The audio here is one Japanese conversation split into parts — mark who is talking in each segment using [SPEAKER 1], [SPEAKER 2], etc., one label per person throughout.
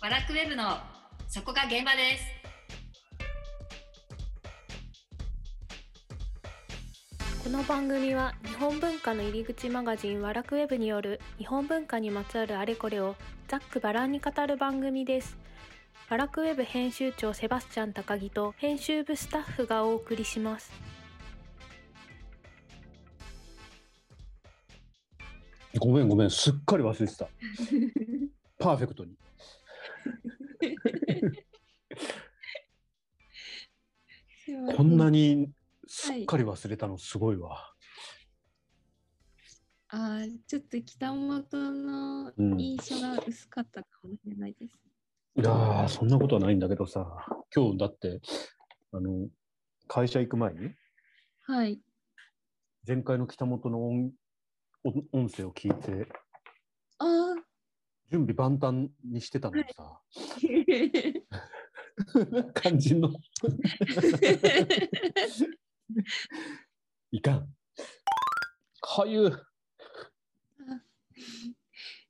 [SPEAKER 1] ワラクウェブのそこが現場です。
[SPEAKER 2] この番組は日本文化の入り口マガジンワラクウェブによる日本文化にまつわるあれこれをざっくばらんに語る番組です。ワラクウェブ編集長セバスチャン高木と編集部スタッフがお送りします。
[SPEAKER 3] ごめんごめん、すっかり忘れてた。パーフェクトに。こんなにすっかり忘れたのすごいわ。
[SPEAKER 4] あーちょっと北本の
[SPEAKER 3] うん
[SPEAKER 4] 印象が薄かったかもしれないです。
[SPEAKER 3] いやー、そんなことはないんだけどさ、今日だって、あの、会社行く前に、
[SPEAKER 4] はい。
[SPEAKER 3] 前回の北本の音音音声を聞いて、
[SPEAKER 4] あ あ。
[SPEAKER 3] 準備万端にしてたのにさ、 肝心の、いかん。かゆい。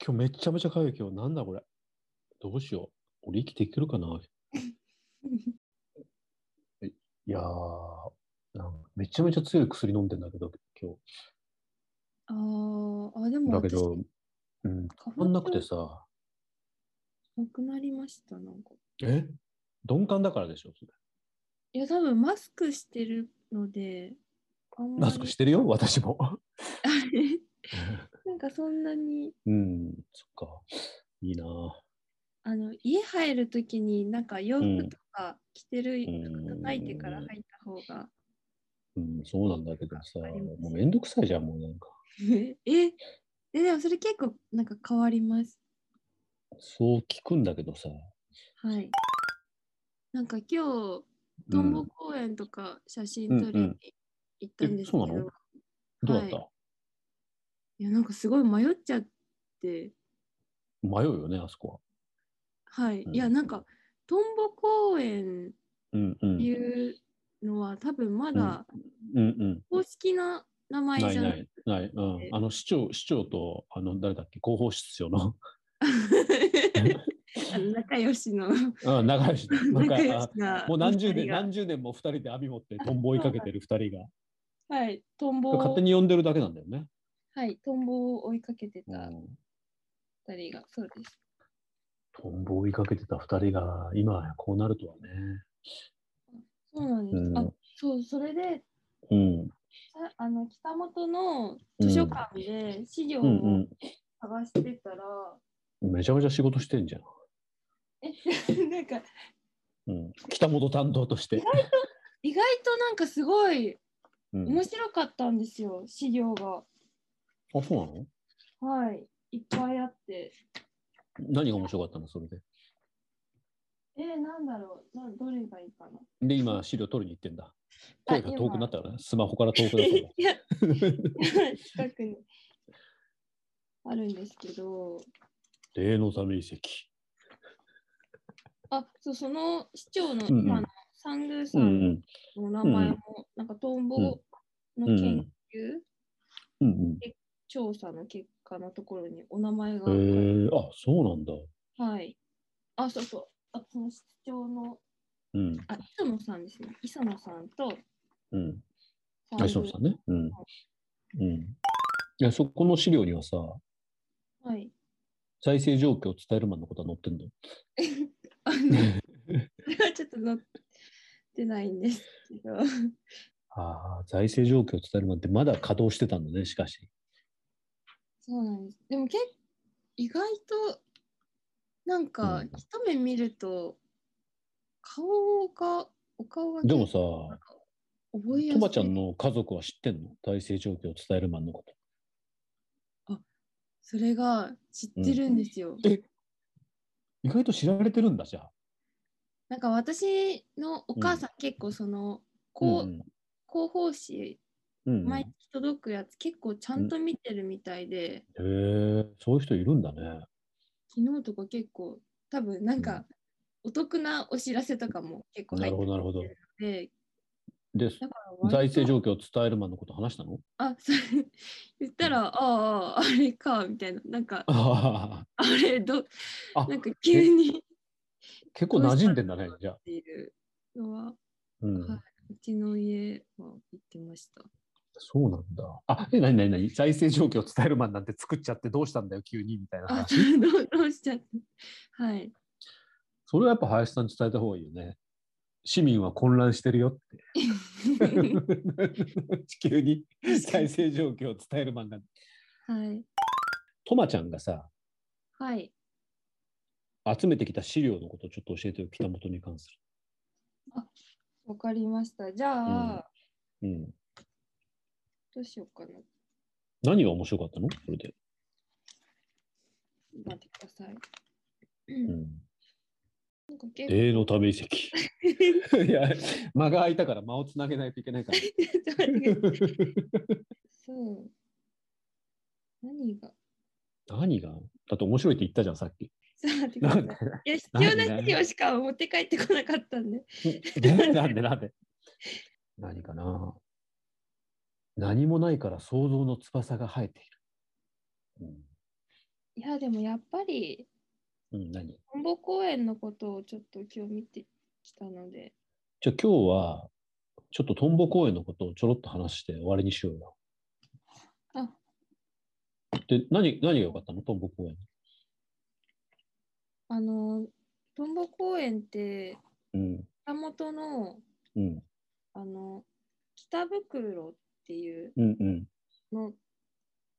[SPEAKER 3] 今日めっちゃめちゃかゆい今日。なんだこれ。どうしよう。俺生きていけるかな。いやー、なんかめちゃめちゃ強い薬飲んでんだけど、今
[SPEAKER 4] あーあ、で
[SPEAKER 3] 日。
[SPEAKER 4] も
[SPEAKER 3] だけ
[SPEAKER 4] 私、
[SPEAKER 3] ど、うん、
[SPEAKER 4] 変
[SPEAKER 3] 変わんなくて。さ、
[SPEAKER 4] なくなりました、なんか。
[SPEAKER 3] え鈍感だからでしょ、それ
[SPEAKER 4] いや、多分マスクしてるので、あんまり
[SPEAKER 3] マスクしてるよ、私も。
[SPEAKER 4] なんかそんなに、
[SPEAKER 3] うん、そっか。いいなぁ
[SPEAKER 4] あの、家入るときになんか洋服とか着てる、
[SPEAKER 3] うん
[SPEAKER 4] 叩いてから入った方が。
[SPEAKER 3] うん、そうなんだけどさ、
[SPEAKER 4] あります
[SPEAKER 3] もうめんどくさいじゃん、もうなんか。
[SPEAKER 4] え、え、でもそれ結構なんか変わります。
[SPEAKER 3] そう聞くんだけどさ。
[SPEAKER 4] はい。なんか今日、
[SPEAKER 3] う
[SPEAKER 4] トン
[SPEAKER 3] ん
[SPEAKER 4] ボ公園とか写真撮りに行ったんですけど、
[SPEAKER 3] うんうんえそうなのどうだった、
[SPEAKER 4] はいいや、なんかすごい迷っちゃって、
[SPEAKER 3] 迷うよね、あそこ
[SPEAKER 4] はい。
[SPEAKER 3] うん
[SPEAKER 4] いや、なんか、トンボ公園
[SPEAKER 3] は。うんう
[SPEAKER 4] っ
[SPEAKER 3] ん。
[SPEAKER 4] ていうのは、多分まだ
[SPEAKER 3] うんうん。
[SPEAKER 4] 公式な名前
[SPEAKER 3] ない
[SPEAKER 4] じゃ
[SPEAKER 3] な
[SPEAKER 4] ない
[SPEAKER 3] い。ない。うん。あの、市長、市長と、あの、誰だっけ、広報室長の。
[SPEAKER 4] あの 仲良し
[SPEAKER 3] う
[SPEAKER 4] の、
[SPEAKER 3] ん、長良しだ。なんか
[SPEAKER 4] 仲良し
[SPEAKER 3] あ、
[SPEAKER 4] な
[SPEAKER 3] もう何十年、
[SPEAKER 4] が
[SPEAKER 3] 何十年も二人で網持って、トンボ追いかけてる二人が。
[SPEAKER 4] はい、トンボを
[SPEAKER 3] 勝手に呼んでるだけなんだよね。
[SPEAKER 4] はい、トンボを追いかけて
[SPEAKER 3] う
[SPEAKER 4] た
[SPEAKER 3] ん
[SPEAKER 4] 二人が、そうです。
[SPEAKER 3] トンボ追いかけてた二人が、今、こうなるとはね。
[SPEAKER 4] そうなんです。
[SPEAKER 3] うん
[SPEAKER 4] あ、そう、それで、
[SPEAKER 3] うん。
[SPEAKER 4] さあの北本の図書館で資料
[SPEAKER 3] うんう
[SPEAKER 4] を
[SPEAKER 3] ん。
[SPEAKER 4] 探してたら、
[SPEAKER 3] めちゃめちゃ仕事してんじゃん。
[SPEAKER 4] えなんか
[SPEAKER 3] うん、北本担当として。
[SPEAKER 4] 意外となんかすごい
[SPEAKER 3] うん、
[SPEAKER 4] 面
[SPEAKER 3] あ、
[SPEAKER 4] 白かったんですよ、資料が。
[SPEAKER 3] そうなの
[SPEAKER 4] はい、いっぱいあって。
[SPEAKER 3] 何が面白かったのそれで。
[SPEAKER 4] えー、なんだろうな、どれがいいか な。
[SPEAKER 3] で、今、資料取りに行ってんだ。
[SPEAKER 4] あ
[SPEAKER 3] 声が遠くなったからね。スマホから遠くなったから。
[SPEAKER 4] いや、 近くにあるんですけど、
[SPEAKER 3] 例のため遺跡。
[SPEAKER 4] あ、そう、その市長の
[SPEAKER 3] うんうん
[SPEAKER 4] 今のサングーさ
[SPEAKER 3] うん
[SPEAKER 4] ん
[SPEAKER 3] うん。
[SPEAKER 4] の名前も、なんかトンボの研究
[SPEAKER 3] うん
[SPEAKER 4] 調査の結果のところにお名前が
[SPEAKER 3] うん。へえあ、そうなんだ。
[SPEAKER 4] はい。あ、そうそう。あ、その室長の、
[SPEAKER 3] うん。
[SPEAKER 4] あ、磯野さんですね。磯野さんと、
[SPEAKER 3] うん。
[SPEAKER 4] サング
[SPEAKER 3] あ、そうさんね。うん。うん。いや、そこの資料にはさ、
[SPEAKER 4] はい。
[SPEAKER 3] 財政状況を伝えるマンのことは載ってんの。
[SPEAKER 4] あの、それはちょっと載ってないんですけど。
[SPEAKER 3] ああ、財政状況を伝えるマンってまだ稼働してたんだね、しかし。
[SPEAKER 4] そうなんです。でも結構、意外と、なんか
[SPEAKER 3] うん、
[SPEAKER 4] 一目見ると、顔が、お顔が
[SPEAKER 3] でも
[SPEAKER 4] 結
[SPEAKER 3] さ、
[SPEAKER 4] 構覚えやす
[SPEAKER 3] と
[SPEAKER 4] い。
[SPEAKER 3] まちゃんの家族は知ってんの財政状況を伝えるマンのこと。
[SPEAKER 4] それが知ってるんですよ。
[SPEAKER 3] 意外と知られてるんだじゃあ。
[SPEAKER 4] なんか私のお母さん結構その、こう、
[SPEAKER 3] ん
[SPEAKER 4] 広報誌
[SPEAKER 3] うんうんうん
[SPEAKER 4] 毎日届くやつ結構ちゃんと見てるみたい
[SPEAKER 3] へ
[SPEAKER 4] で、
[SPEAKER 3] え、そういう人いるんだね。
[SPEAKER 4] 昨日とか結構多分なんかお得なお知らせとかも結構
[SPEAKER 3] な
[SPEAKER 4] 入
[SPEAKER 3] る
[SPEAKER 4] っ
[SPEAKER 3] ほ
[SPEAKER 4] て
[SPEAKER 3] ど、なるほど。
[SPEAKER 4] て
[SPEAKER 3] で、
[SPEAKER 4] だから割と
[SPEAKER 3] 財政状況を伝えるマンのこと話した の
[SPEAKER 4] あそれ言ったらあああれかみたいななんか
[SPEAKER 3] あ
[SPEAKER 4] あれど
[SPEAKER 3] あ
[SPEAKER 4] なんか急に
[SPEAKER 3] 結構馴染んでんだね、じゃあ。
[SPEAKER 4] ていうのは、
[SPEAKER 3] うん。
[SPEAKER 4] はいうちの家は言ってました。
[SPEAKER 3] そうなんだ。あ、え、なになになに財政状況を伝えるマンなんて作っちゃってどうしたんだよ、急にみたいな
[SPEAKER 4] あ、
[SPEAKER 3] 話。
[SPEAKER 4] どうどうしちゃった。はい。
[SPEAKER 3] それはやっぱ林さんに伝えた方がいいよね。市民は混乱してるよって。 地球に財政状況を伝える漫画。
[SPEAKER 4] はい。
[SPEAKER 3] トマちゃんがさ、
[SPEAKER 4] はい。
[SPEAKER 3] 集めてきた資料のことをちょっと教えてよ、北本に関す
[SPEAKER 4] わかりました。じゃあ、
[SPEAKER 3] る。うん。
[SPEAKER 4] どうしようかな。
[SPEAKER 3] 何が面白かったのそれで。
[SPEAKER 4] 待ってください。
[SPEAKER 3] うん。
[SPEAKER 4] なんか結構
[SPEAKER 3] 例のため遺 跡。いや、間が空いたから間をつなげないといけないから。
[SPEAKER 4] そう。何が
[SPEAKER 3] 何がだって面白いって言ったじゃん、さっき。
[SPEAKER 4] さあ、待ってく だ
[SPEAKER 3] な
[SPEAKER 4] さい
[SPEAKER 3] んで
[SPEAKER 4] いや、必要な資料しか持って帰ってこなかったんで。
[SPEAKER 3] でなんでなんで何かな何もないから想像の翼が生えている。
[SPEAKER 4] いや、でもやっぱり、
[SPEAKER 3] うん、うん、何
[SPEAKER 4] トンボ公園のことをちょっと今日見てきたので。
[SPEAKER 3] じゃあ今日は、ちょっとトンボ公園のことをちょろっと話して終わりにしようよ。
[SPEAKER 4] あ
[SPEAKER 3] で、何、何が良かったのトンボ公園。
[SPEAKER 4] あの、トンボ公園って、
[SPEAKER 3] うん、
[SPEAKER 4] 北本の、
[SPEAKER 3] うん、
[SPEAKER 4] あの、北袋っていう
[SPEAKER 3] うん、うん。
[SPEAKER 4] の、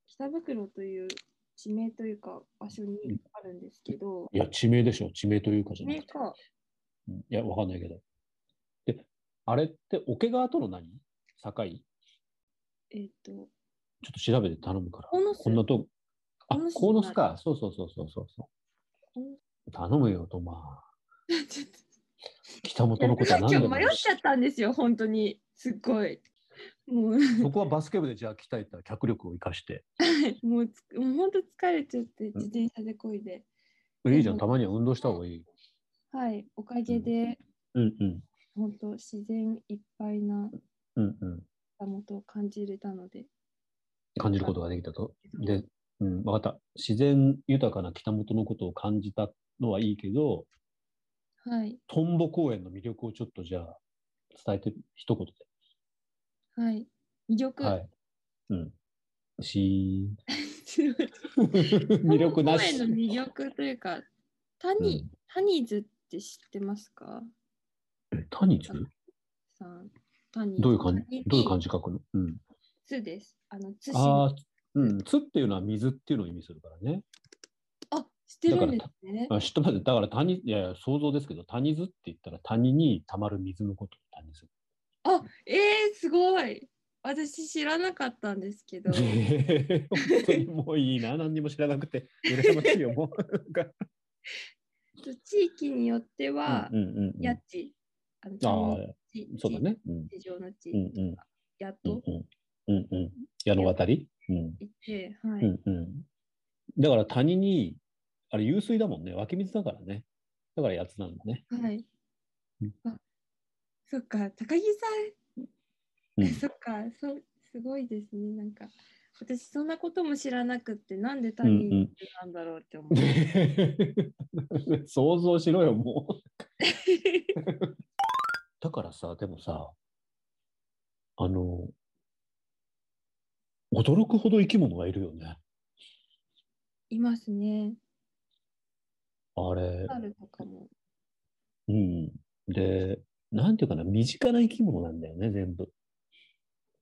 [SPEAKER 4] 北袋という地名というか場所に
[SPEAKER 3] うん
[SPEAKER 4] あるんですけど、
[SPEAKER 3] いや、地名でしょ。地名というかじ
[SPEAKER 4] 地
[SPEAKER 3] ゃな
[SPEAKER 4] 名
[SPEAKER 3] くて。
[SPEAKER 4] か、
[SPEAKER 3] うんいや、わかんないけど。で、あれって桶川との何境
[SPEAKER 4] えっ、と、
[SPEAKER 3] ちょっと調べて頼むから。
[SPEAKER 4] 鴻巣
[SPEAKER 3] こんなと。あ、
[SPEAKER 4] 鴻巣
[SPEAKER 3] コーノスか。そうそうそうそうそうそう。頼むよ、とまあ。
[SPEAKER 4] ちょっと
[SPEAKER 3] 北
[SPEAKER 4] いや
[SPEAKER 3] 本のことは何で
[SPEAKER 4] 今日
[SPEAKER 3] も
[SPEAKER 4] 迷っちゃったんですよ、本当に。すっごい。もう、
[SPEAKER 3] そこはバスケ部でじゃあ鍛えた脚力を生かして。
[SPEAKER 4] もうつ、もう本当疲れちゃって、自転車でこいで。
[SPEAKER 3] いいじゃん、たまには運動した方がいい。
[SPEAKER 4] はい、おかげで、
[SPEAKER 3] うんうん。
[SPEAKER 4] 本当自然いっぱいな
[SPEAKER 3] うんうん。
[SPEAKER 4] たもとを感じれたので。
[SPEAKER 3] 感じることができたと。で、うん、わかった。自然豊かな北本のことを感じたのはいいけど、
[SPEAKER 4] はい、
[SPEAKER 3] トンボ公園の魅力をちょっとじゃあ伝えて、一言で。
[SPEAKER 4] はい。魅力。
[SPEAKER 3] はい。うん。し
[SPEAKER 4] すごい
[SPEAKER 3] ーん 魅力な
[SPEAKER 4] 本
[SPEAKER 3] し
[SPEAKER 4] 公園。の魅力というか、タニ、
[SPEAKER 3] うん
[SPEAKER 4] タニーズって知ってますか
[SPEAKER 3] えタニーズ
[SPEAKER 4] さん。タニーズ
[SPEAKER 3] どういう感
[SPEAKER 4] タニ
[SPEAKER 3] じ
[SPEAKER 4] ーズ
[SPEAKER 3] どういう感じ書くの、うん、
[SPEAKER 4] つです。あの、つし。
[SPEAKER 3] ああ、うん。つっていうのは水っていうのを意味するからね。
[SPEAKER 4] あ、知ってるんですね。
[SPEAKER 3] あ、知ってます。だから谷、いやいや、想像ですけど、谷津って言ったら谷に溜まる水のこと、谷津。
[SPEAKER 4] あ、えー、すごい。私知らなかったんですけど。
[SPEAKER 3] 本当にもういいな、何にも知らなくて、羨ましいよ、もう。 なんか
[SPEAKER 4] 地域によっては
[SPEAKER 3] う、んうんうんうん、
[SPEAKER 4] 家
[SPEAKER 3] あ
[SPEAKER 4] 賃、あの
[SPEAKER 3] あ、
[SPEAKER 4] 地
[SPEAKER 3] そうだね。うん
[SPEAKER 4] 地上の地
[SPEAKER 3] うん
[SPEAKER 4] 域、
[SPEAKER 3] うん
[SPEAKER 4] やっ
[SPEAKER 3] うん
[SPEAKER 4] と
[SPEAKER 3] うんうんうん。矢の渡り、うん
[SPEAKER 4] いて、は
[SPEAKER 3] う
[SPEAKER 4] い。
[SPEAKER 3] んうん、だから谷に、あれ、湧水だもんね、湧き水だからね。だからやつなんだね。
[SPEAKER 4] はい
[SPEAKER 3] うん。
[SPEAKER 4] あ、そっか、高木
[SPEAKER 3] う
[SPEAKER 4] さ
[SPEAKER 3] ん
[SPEAKER 4] ん、 そっか、そう、すごいですね。なんか、私そんなことも知らなくって、なんで他人
[SPEAKER 3] うんうん
[SPEAKER 4] なんだろうって思 う。
[SPEAKER 3] 想像しろよもう だからさでもさあの驚くほど生き物がいるよね
[SPEAKER 4] いま すね。
[SPEAKER 3] あれ
[SPEAKER 4] あるとかも。
[SPEAKER 3] うんでなんていうかな身近な生き物なんだよね全部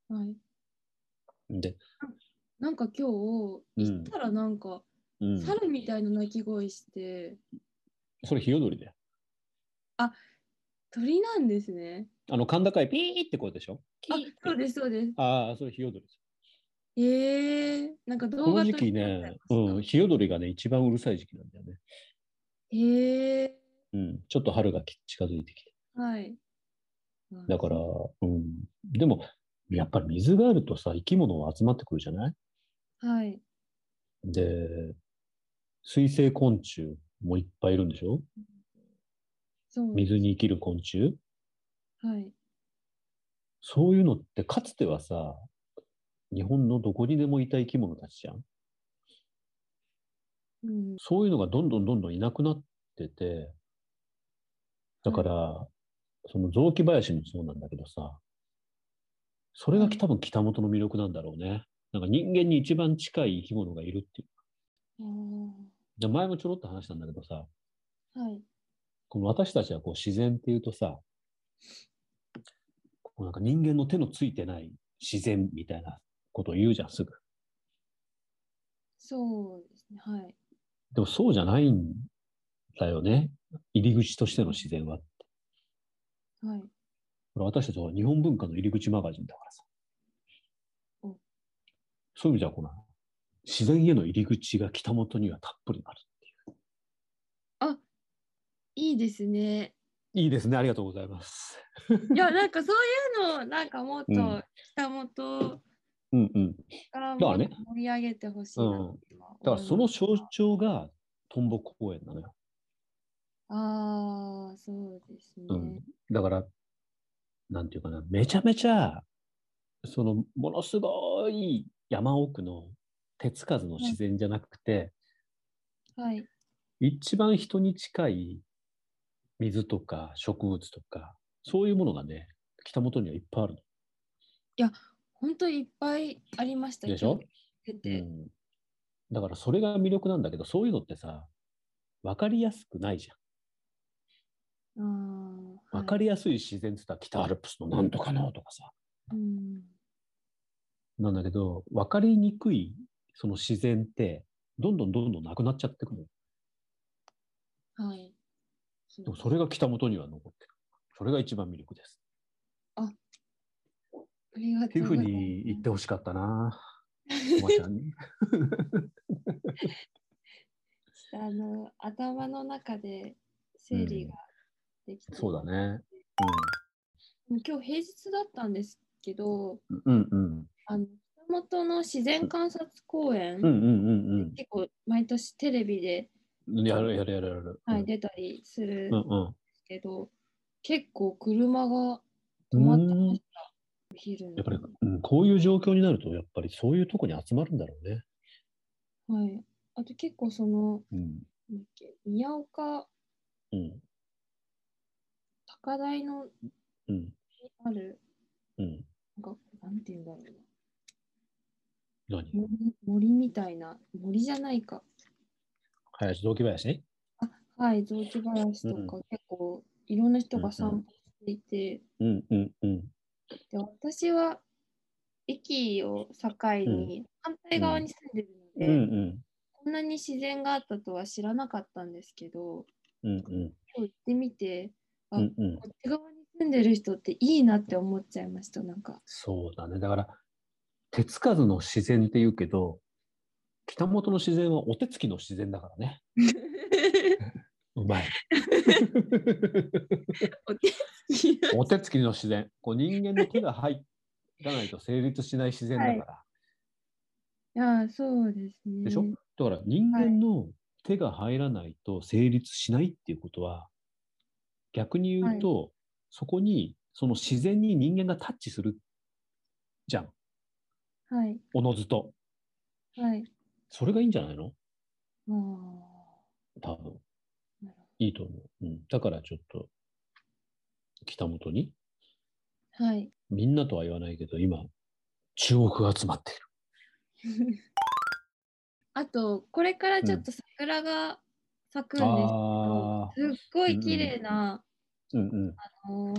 [SPEAKER 4] はい。
[SPEAKER 3] で、
[SPEAKER 4] なんか
[SPEAKER 3] う
[SPEAKER 4] 今日、行
[SPEAKER 3] ん
[SPEAKER 4] ったらなんか、
[SPEAKER 3] うん、
[SPEAKER 4] 猿みたいな鳴き声して、
[SPEAKER 3] それヒヨドリだよ
[SPEAKER 4] 鳥なんですね。
[SPEAKER 3] あの甲高いピーって声でしょ
[SPEAKER 4] あ、そうです、そうです。
[SPEAKER 3] ああそれヒヨドリ
[SPEAKER 4] ええなんか動
[SPEAKER 3] こ
[SPEAKER 4] 画
[SPEAKER 3] の
[SPEAKER 4] 撮り
[SPEAKER 3] 時期ね、
[SPEAKER 4] 撮っ
[SPEAKER 3] うん、ヒヨドリがね一番うるさい時期なんだよね、
[SPEAKER 4] てましたええ
[SPEAKER 3] うん、ちょっと春がき近づいてきて
[SPEAKER 4] はい。
[SPEAKER 3] だから、うん、でも、やっぱり水があるとさ、生き物は集まってくるじゃない
[SPEAKER 4] はい。
[SPEAKER 3] で、水生昆虫もいっぱいいるんでしょ
[SPEAKER 4] そう。
[SPEAKER 3] 水に生きる昆虫
[SPEAKER 4] はい。
[SPEAKER 3] そういうのって、かつてはさ、日本のどこにでもいた生き物たちじゃん
[SPEAKER 4] うん。
[SPEAKER 3] そういうのがどんどんどんどんいなくなってて、だから、その雑木林もそうなんだけどさ、それが多分北本の魅力なんだろうね。なんか人間に一番近い生き物がいるっていう。じゃあ前もちょろっと話したんだけどさ、
[SPEAKER 4] はい。
[SPEAKER 3] この私たちはこう自然っていうとさ、こうなんか人間の手のついてない自然みたいなことを言うじゃん、すぐ。
[SPEAKER 4] そうですね。はい。
[SPEAKER 3] でもそうじゃないんだよね。入り口としての自然は。
[SPEAKER 4] はい。
[SPEAKER 3] これ私たちは日本文化の入り口マガジンだからさ
[SPEAKER 4] うん。
[SPEAKER 3] そういう意味じゃ、この自然への入り口が北本にはたっぷりある。
[SPEAKER 4] いいですね。
[SPEAKER 3] いいですね。ありがとうございます。
[SPEAKER 4] いや、なんかそういうのを、なんかもっ
[SPEAKER 3] う
[SPEAKER 4] と
[SPEAKER 3] ん
[SPEAKER 4] 北本
[SPEAKER 3] うんうん。だか
[SPEAKER 4] がも
[SPEAKER 3] ら
[SPEAKER 4] っ
[SPEAKER 3] ね
[SPEAKER 4] と盛り上げてほしいな
[SPEAKER 3] うん
[SPEAKER 4] って今思います。
[SPEAKER 3] だからその象徴がトンボ公園なのよ。
[SPEAKER 4] ああ、そうですね。
[SPEAKER 3] うん。だから、なんていうかな、めちゃめちゃ、その、ものすごい山奥の手つかずの自然じゃなくて、
[SPEAKER 4] はい。
[SPEAKER 3] 一番人に近い水とか植物とか、そういうものがね、北本にはいっぱいあるの。
[SPEAKER 4] 本当いっぱいありました
[SPEAKER 3] でしょ
[SPEAKER 4] 今日出て
[SPEAKER 3] うん、だからそれが魅力なんだけどそういうのってさ分かりやすくないじ
[SPEAKER 4] あー
[SPEAKER 3] ゃん
[SPEAKER 4] はい
[SPEAKER 3] 分かりやすい自然って言ったら北アルプスのなんとかのとかさ
[SPEAKER 4] うん
[SPEAKER 3] なんだけど分かりにくいその自然ってどんどんどんどんなくなっちゃってくる
[SPEAKER 4] はい。
[SPEAKER 3] でもそれが北本には残ってるそれが一番魅力です
[SPEAKER 4] ありが
[SPEAKER 3] って
[SPEAKER 4] と
[SPEAKER 3] いう
[SPEAKER 4] う
[SPEAKER 3] ふう
[SPEAKER 4] ござい
[SPEAKER 3] に言ってほしかったなおばちゃ んに
[SPEAKER 4] ますあの頭の中で整理ができて、
[SPEAKER 3] そうだね
[SPEAKER 4] もう今日平日だったんですけど、
[SPEAKER 3] うんうんうん
[SPEAKER 4] あの熊本の自然観察公園、
[SPEAKER 3] うんうんうん
[SPEAKER 4] 結構毎年テレビで、
[SPEAKER 3] うんやるやるやるやる、
[SPEAKER 4] はい、出たりするん
[SPEAKER 3] う
[SPEAKER 4] で
[SPEAKER 3] ん
[SPEAKER 4] す
[SPEAKER 3] うん
[SPEAKER 4] けど、結構車が
[SPEAKER 3] う
[SPEAKER 4] 止
[SPEAKER 3] ん
[SPEAKER 4] まってました。お昼の
[SPEAKER 3] やっぱり、うん、こういう状況になると、やっぱりそういうとこに集まるんだろうね。
[SPEAKER 4] はい。あと結構その、
[SPEAKER 3] うん。
[SPEAKER 4] なんだっけ宮岡
[SPEAKER 3] うん。
[SPEAKER 4] 高台の
[SPEAKER 3] うん。
[SPEAKER 4] ある、
[SPEAKER 3] うん。
[SPEAKER 4] なんか、なんて言うんだろうな。
[SPEAKER 3] 何
[SPEAKER 4] 森森みたいな、森じゃないか。
[SPEAKER 3] 林、雑木林
[SPEAKER 4] あはい、雑木林とか、結構いろんな人が散歩していて、
[SPEAKER 3] うんうんうん。
[SPEAKER 4] で私は駅を境に反対側に住んでるの
[SPEAKER 3] うん
[SPEAKER 4] で、
[SPEAKER 3] うん。
[SPEAKER 4] こんなに自然があったとは知らなかったんですけど、
[SPEAKER 3] うんうん。
[SPEAKER 4] 今日行ってみて、あ
[SPEAKER 3] うんうん。
[SPEAKER 4] こっち側に住んでる人っていいなって思っちゃいました、なんか。
[SPEAKER 3] そうだね。だから、手つかずの自然って言うけど、北本の自然はお手つきの自然だから ね。うまい。
[SPEAKER 4] お手つき
[SPEAKER 3] お手つきの自然。こう人間の手が入らないと成立しない自然だから。
[SPEAKER 4] いや、そうですね。
[SPEAKER 3] でしょ、だから人間の手が入らないと成立しないっていうことは、逆に言うと、そこにその自然に人間がタッチするじゃん
[SPEAKER 4] はい、
[SPEAKER 3] おのずと
[SPEAKER 4] はい。
[SPEAKER 3] それがいいんじゃないの
[SPEAKER 4] ああ、
[SPEAKER 3] 多分
[SPEAKER 4] なるほ
[SPEAKER 3] いいと思う、うん、だからちょっと北本に
[SPEAKER 4] ど。はい。
[SPEAKER 3] みんなとは言わないけど今注目が集まっている
[SPEAKER 4] あと、これからちょっと桜が咲くん
[SPEAKER 3] ああ
[SPEAKER 4] ですけど、すっごい綺麗な、
[SPEAKER 3] うんうん
[SPEAKER 4] あの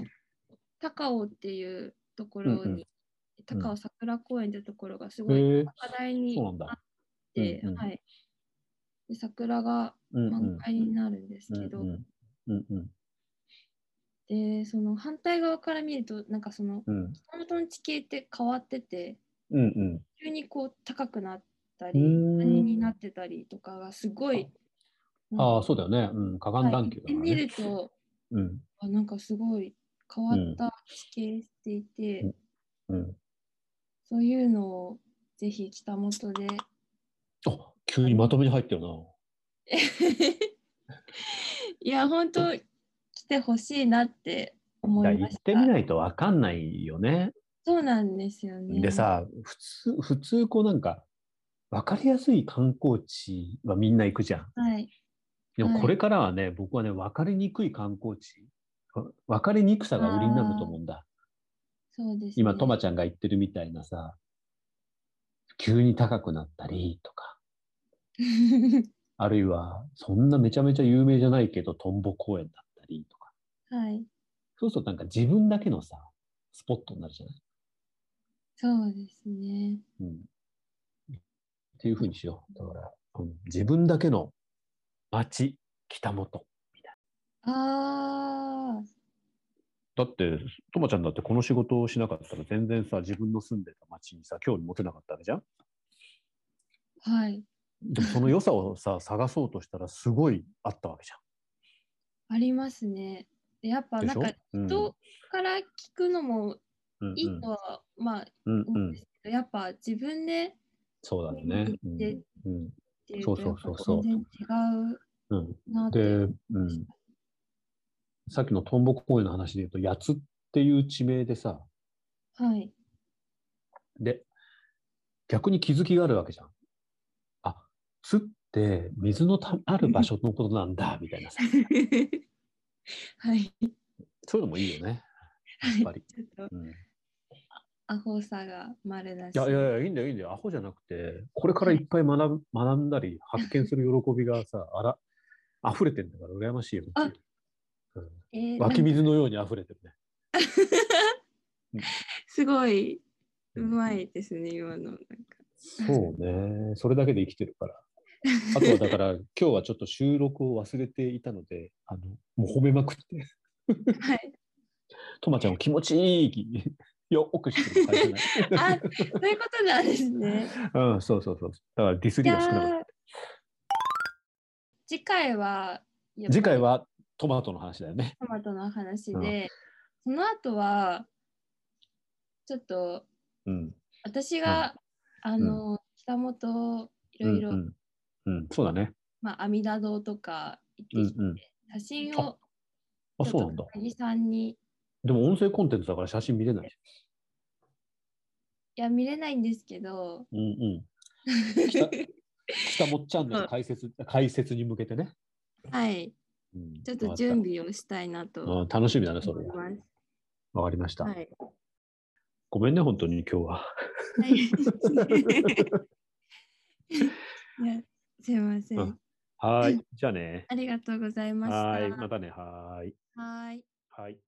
[SPEAKER 4] 高尾っていうところに、
[SPEAKER 3] うんうん
[SPEAKER 4] 高尾桜公園ってところがすごい
[SPEAKER 3] へえ
[SPEAKER 4] 高台に
[SPEAKER 3] そうなんだ
[SPEAKER 4] あって、
[SPEAKER 3] うんうん
[SPEAKER 4] はい、で桜が
[SPEAKER 3] うんうん
[SPEAKER 4] 満開になるんです
[SPEAKER 3] うん
[SPEAKER 4] けど、
[SPEAKER 3] うんうんうん
[SPEAKER 4] でその反対側から見ると、なんかその
[SPEAKER 3] うん
[SPEAKER 4] 本当の地形って変わってて、
[SPEAKER 3] うんうん
[SPEAKER 4] 急にこう高くなった
[SPEAKER 3] う
[SPEAKER 4] り、
[SPEAKER 3] ーん
[SPEAKER 4] 谷になってたりとかがすごい。
[SPEAKER 3] ああそうだよねうん河岸
[SPEAKER 4] はい
[SPEAKER 3] 段丘だ
[SPEAKER 4] 行って
[SPEAKER 3] から
[SPEAKER 4] み
[SPEAKER 3] ね
[SPEAKER 4] ると、
[SPEAKER 3] うん
[SPEAKER 4] あなんかすごい変わった地形していて、
[SPEAKER 3] うんうん
[SPEAKER 4] そういうのをぜひ北本で
[SPEAKER 3] あ、急にまとめに入ってるな。
[SPEAKER 4] いや本当来てほしいなって思い
[SPEAKER 3] 行
[SPEAKER 4] ま
[SPEAKER 3] っ
[SPEAKER 4] した
[SPEAKER 3] てみないとわかんないよね。
[SPEAKER 4] そうなんですよね
[SPEAKER 3] でさ、普通、普通こうなんか、わかりやすい観光地はみんな行くじゃん。
[SPEAKER 4] はい
[SPEAKER 3] で
[SPEAKER 4] は
[SPEAKER 3] も
[SPEAKER 4] い
[SPEAKER 3] これからはね、僕はね、わかりにくい観光地わ分かりにくさが売りになると思うんだ。
[SPEAKER 4] そうです、ね。
[SPEAKER 3] 今、とまちゃんが言ってるみたいなさ、急に高くなったりとか、あるいは、そんなめちゃめちゃ有名じゃないけど、トンボ公園だったりとか、
[SPEAKER 4] はい。
[SPEAKER 3] そうするとなんか自分だけのさ、スポットになるじゃない、
[SPEAKER 4] そうですね。
[SPEAKER 3] うん、っていうふうにしよう。だから、うん自分だけの街、北本。
[SPEAKER 4] ああ、
[SPEAKER 3] だって、とまちゃんだってこの仕事をしなかったら全然さ、自分の住んでた街にさ、興味持てなかったわけじゃん
[SPEAKER 4] はい。
[SPEAKER 3] でもその良さをさ、 探そうとしたらすごいあったわけじ
[SPEAKER 4] ありますね。でや
[SPEAKER 3] ゃ
[SPEAKER 4] っぱ
[SPEAKER 3] ん。で
[SPEAKER 4] な
[SPEAKER 3] し
[SPEAKER 4] ん
[SPEAKER 3] ょ
[SPEAKER 4] か人から聞くのも
[SPEAKER 3] うん
[SPEAKER 4] いいとは、まあ
[SPEAKER 3] うんうん
[SPEAKER 4] 思
[SPEAKER 3] う
[SPEAKER 4] うん
[SPEAKER 3] ん
[SPEAKER 4] で。すけど、やっぱ自分でっ
[SPEAKER 3] そうだよね。
[SPEAKER 4] 見て
[SPEAKER 3] うんうん
[SPEAKER 4] ていう
[SPEAKER 3] そ
[SPEAKER 4] と
[SPEAKER 3] うそうそう
[SPEAKER 4] や
[SPEAKER 3] そ
[SPEAKER 4] っぱ
[SPEAKER 3] う
[SPEAKER 4] 全然違
[SPEAKER 3] うん、
[SPEAKER 4] うなって
[SPEAKER 3] で、うん、さっきのトンボ公園の話で言うと、八つっていう地名でさ、
[SPEAKER 4] はい。
[SPEAKER 3] で、逆に気づきがあるわけじゃん。あ、つって水のたある場所のことなんだ、みたいなさ。
[SPEAKER 4] はい。
[SPEAKER 3] そういうのもいいよね、やっぱり。
[SPEAKER 4] ちょっと
[SPEAKER 3] うん、い
[SPEAKER 4] アホさが丸だし。
[SPEAKER 3] やいやいや、いいんだよ、いいんだよ。アホじゃなくて、これからいっぱい学ぶ学んだり、発見する喜びがさ、あら、溢れてるんだから、羨ましいよっていう。
[SPEAKER 4] え
[SPEAKER 3] う
[SPEAKER 4] ー
[SPEAKER 3] ん、湧き
[SPEAKER 4] なんか
[SPEAKER 3] 水のように溢れてるね。
[SPEAKER 4] すごいうまいですね、今の。なんか
[SPEAKER 3] そうね。それだけで生きてるから。あとはだ から、今日はちょっと収録を忘れていたので、あの、もう褒めまくって、
[SPEAKER 4] はい、
[SPEAKER 3] とまちゃんを気持ちいい、 よ、奥してる感じじゃない。
[SPEAKER 4] あそういうことなんですね。
[SPEAKER 3] うん、そうそうそう。だからディスり
[SPEAKER 4] じ
[SPEAKER 3] は少なかっ。
[SPEAKER 4] ゃあ次回はやったぱり
[SPEAKER 3] 次回はトマトの話だよね。
[SPEAKER 4] トマトの話で、その後はちょっと
[SPEAKER 3] うん。
[SPEAKER 4] 私が、あの、北本いろいろ、
[SPEAKER 3] うんうん。うん、そうだね。
[SPEAKER 4] まあ、阿弥陀堂とか行って
[SPEAKER 3] うん
[SPEAKER 4] きて、
[SPEAKER 3] うん。
[SPEAKER 4] 写真を
[SPEAKER 3] あ、
[SPEAKER 4] ち
[SPEAKER 3] そう
[SPEAKER 4] ょ
[SPEAKER 3] な
[SPEAKER 4] っ
[SPEAKER 3] んだ
[SPEAKER 4] と。高木さんに
[SPEAKER 3] でも音声コンテンツだから写真見れない。
[SPEAKER 4] いや見れないんですけど
[SPEAKER 3] うんう ん。北北もっちゃんの解説、解説に向けてね。
[SPEAKER 4] はい
[SPEAKER 3] うん
[SPEAKER 4] ちょっと準備をしたいなと
[SPEAKER 3] うん、楽しみだね、そ
[SPEAKER 4] 思
[SPEAKER 3] れ
[SPEAKER 4] い
[SPEAKER 3] は。
[SPEAKER 4] ます。
[SPEAKER 3] わかりました。
[SPEAKER 4] はい
[SPEAKER 3] ごめんね、本当に今日は。
[SPEAKER 4] はい いやすいません。
[SPEAKER 3] うんはーい。じゃあね。
[SPEAKER 4] ありがとうございました。
[SPEAKER 3] はーい。またね。はーい。
[SPEAKER 4] はーい
[SPEAKER 3] はい。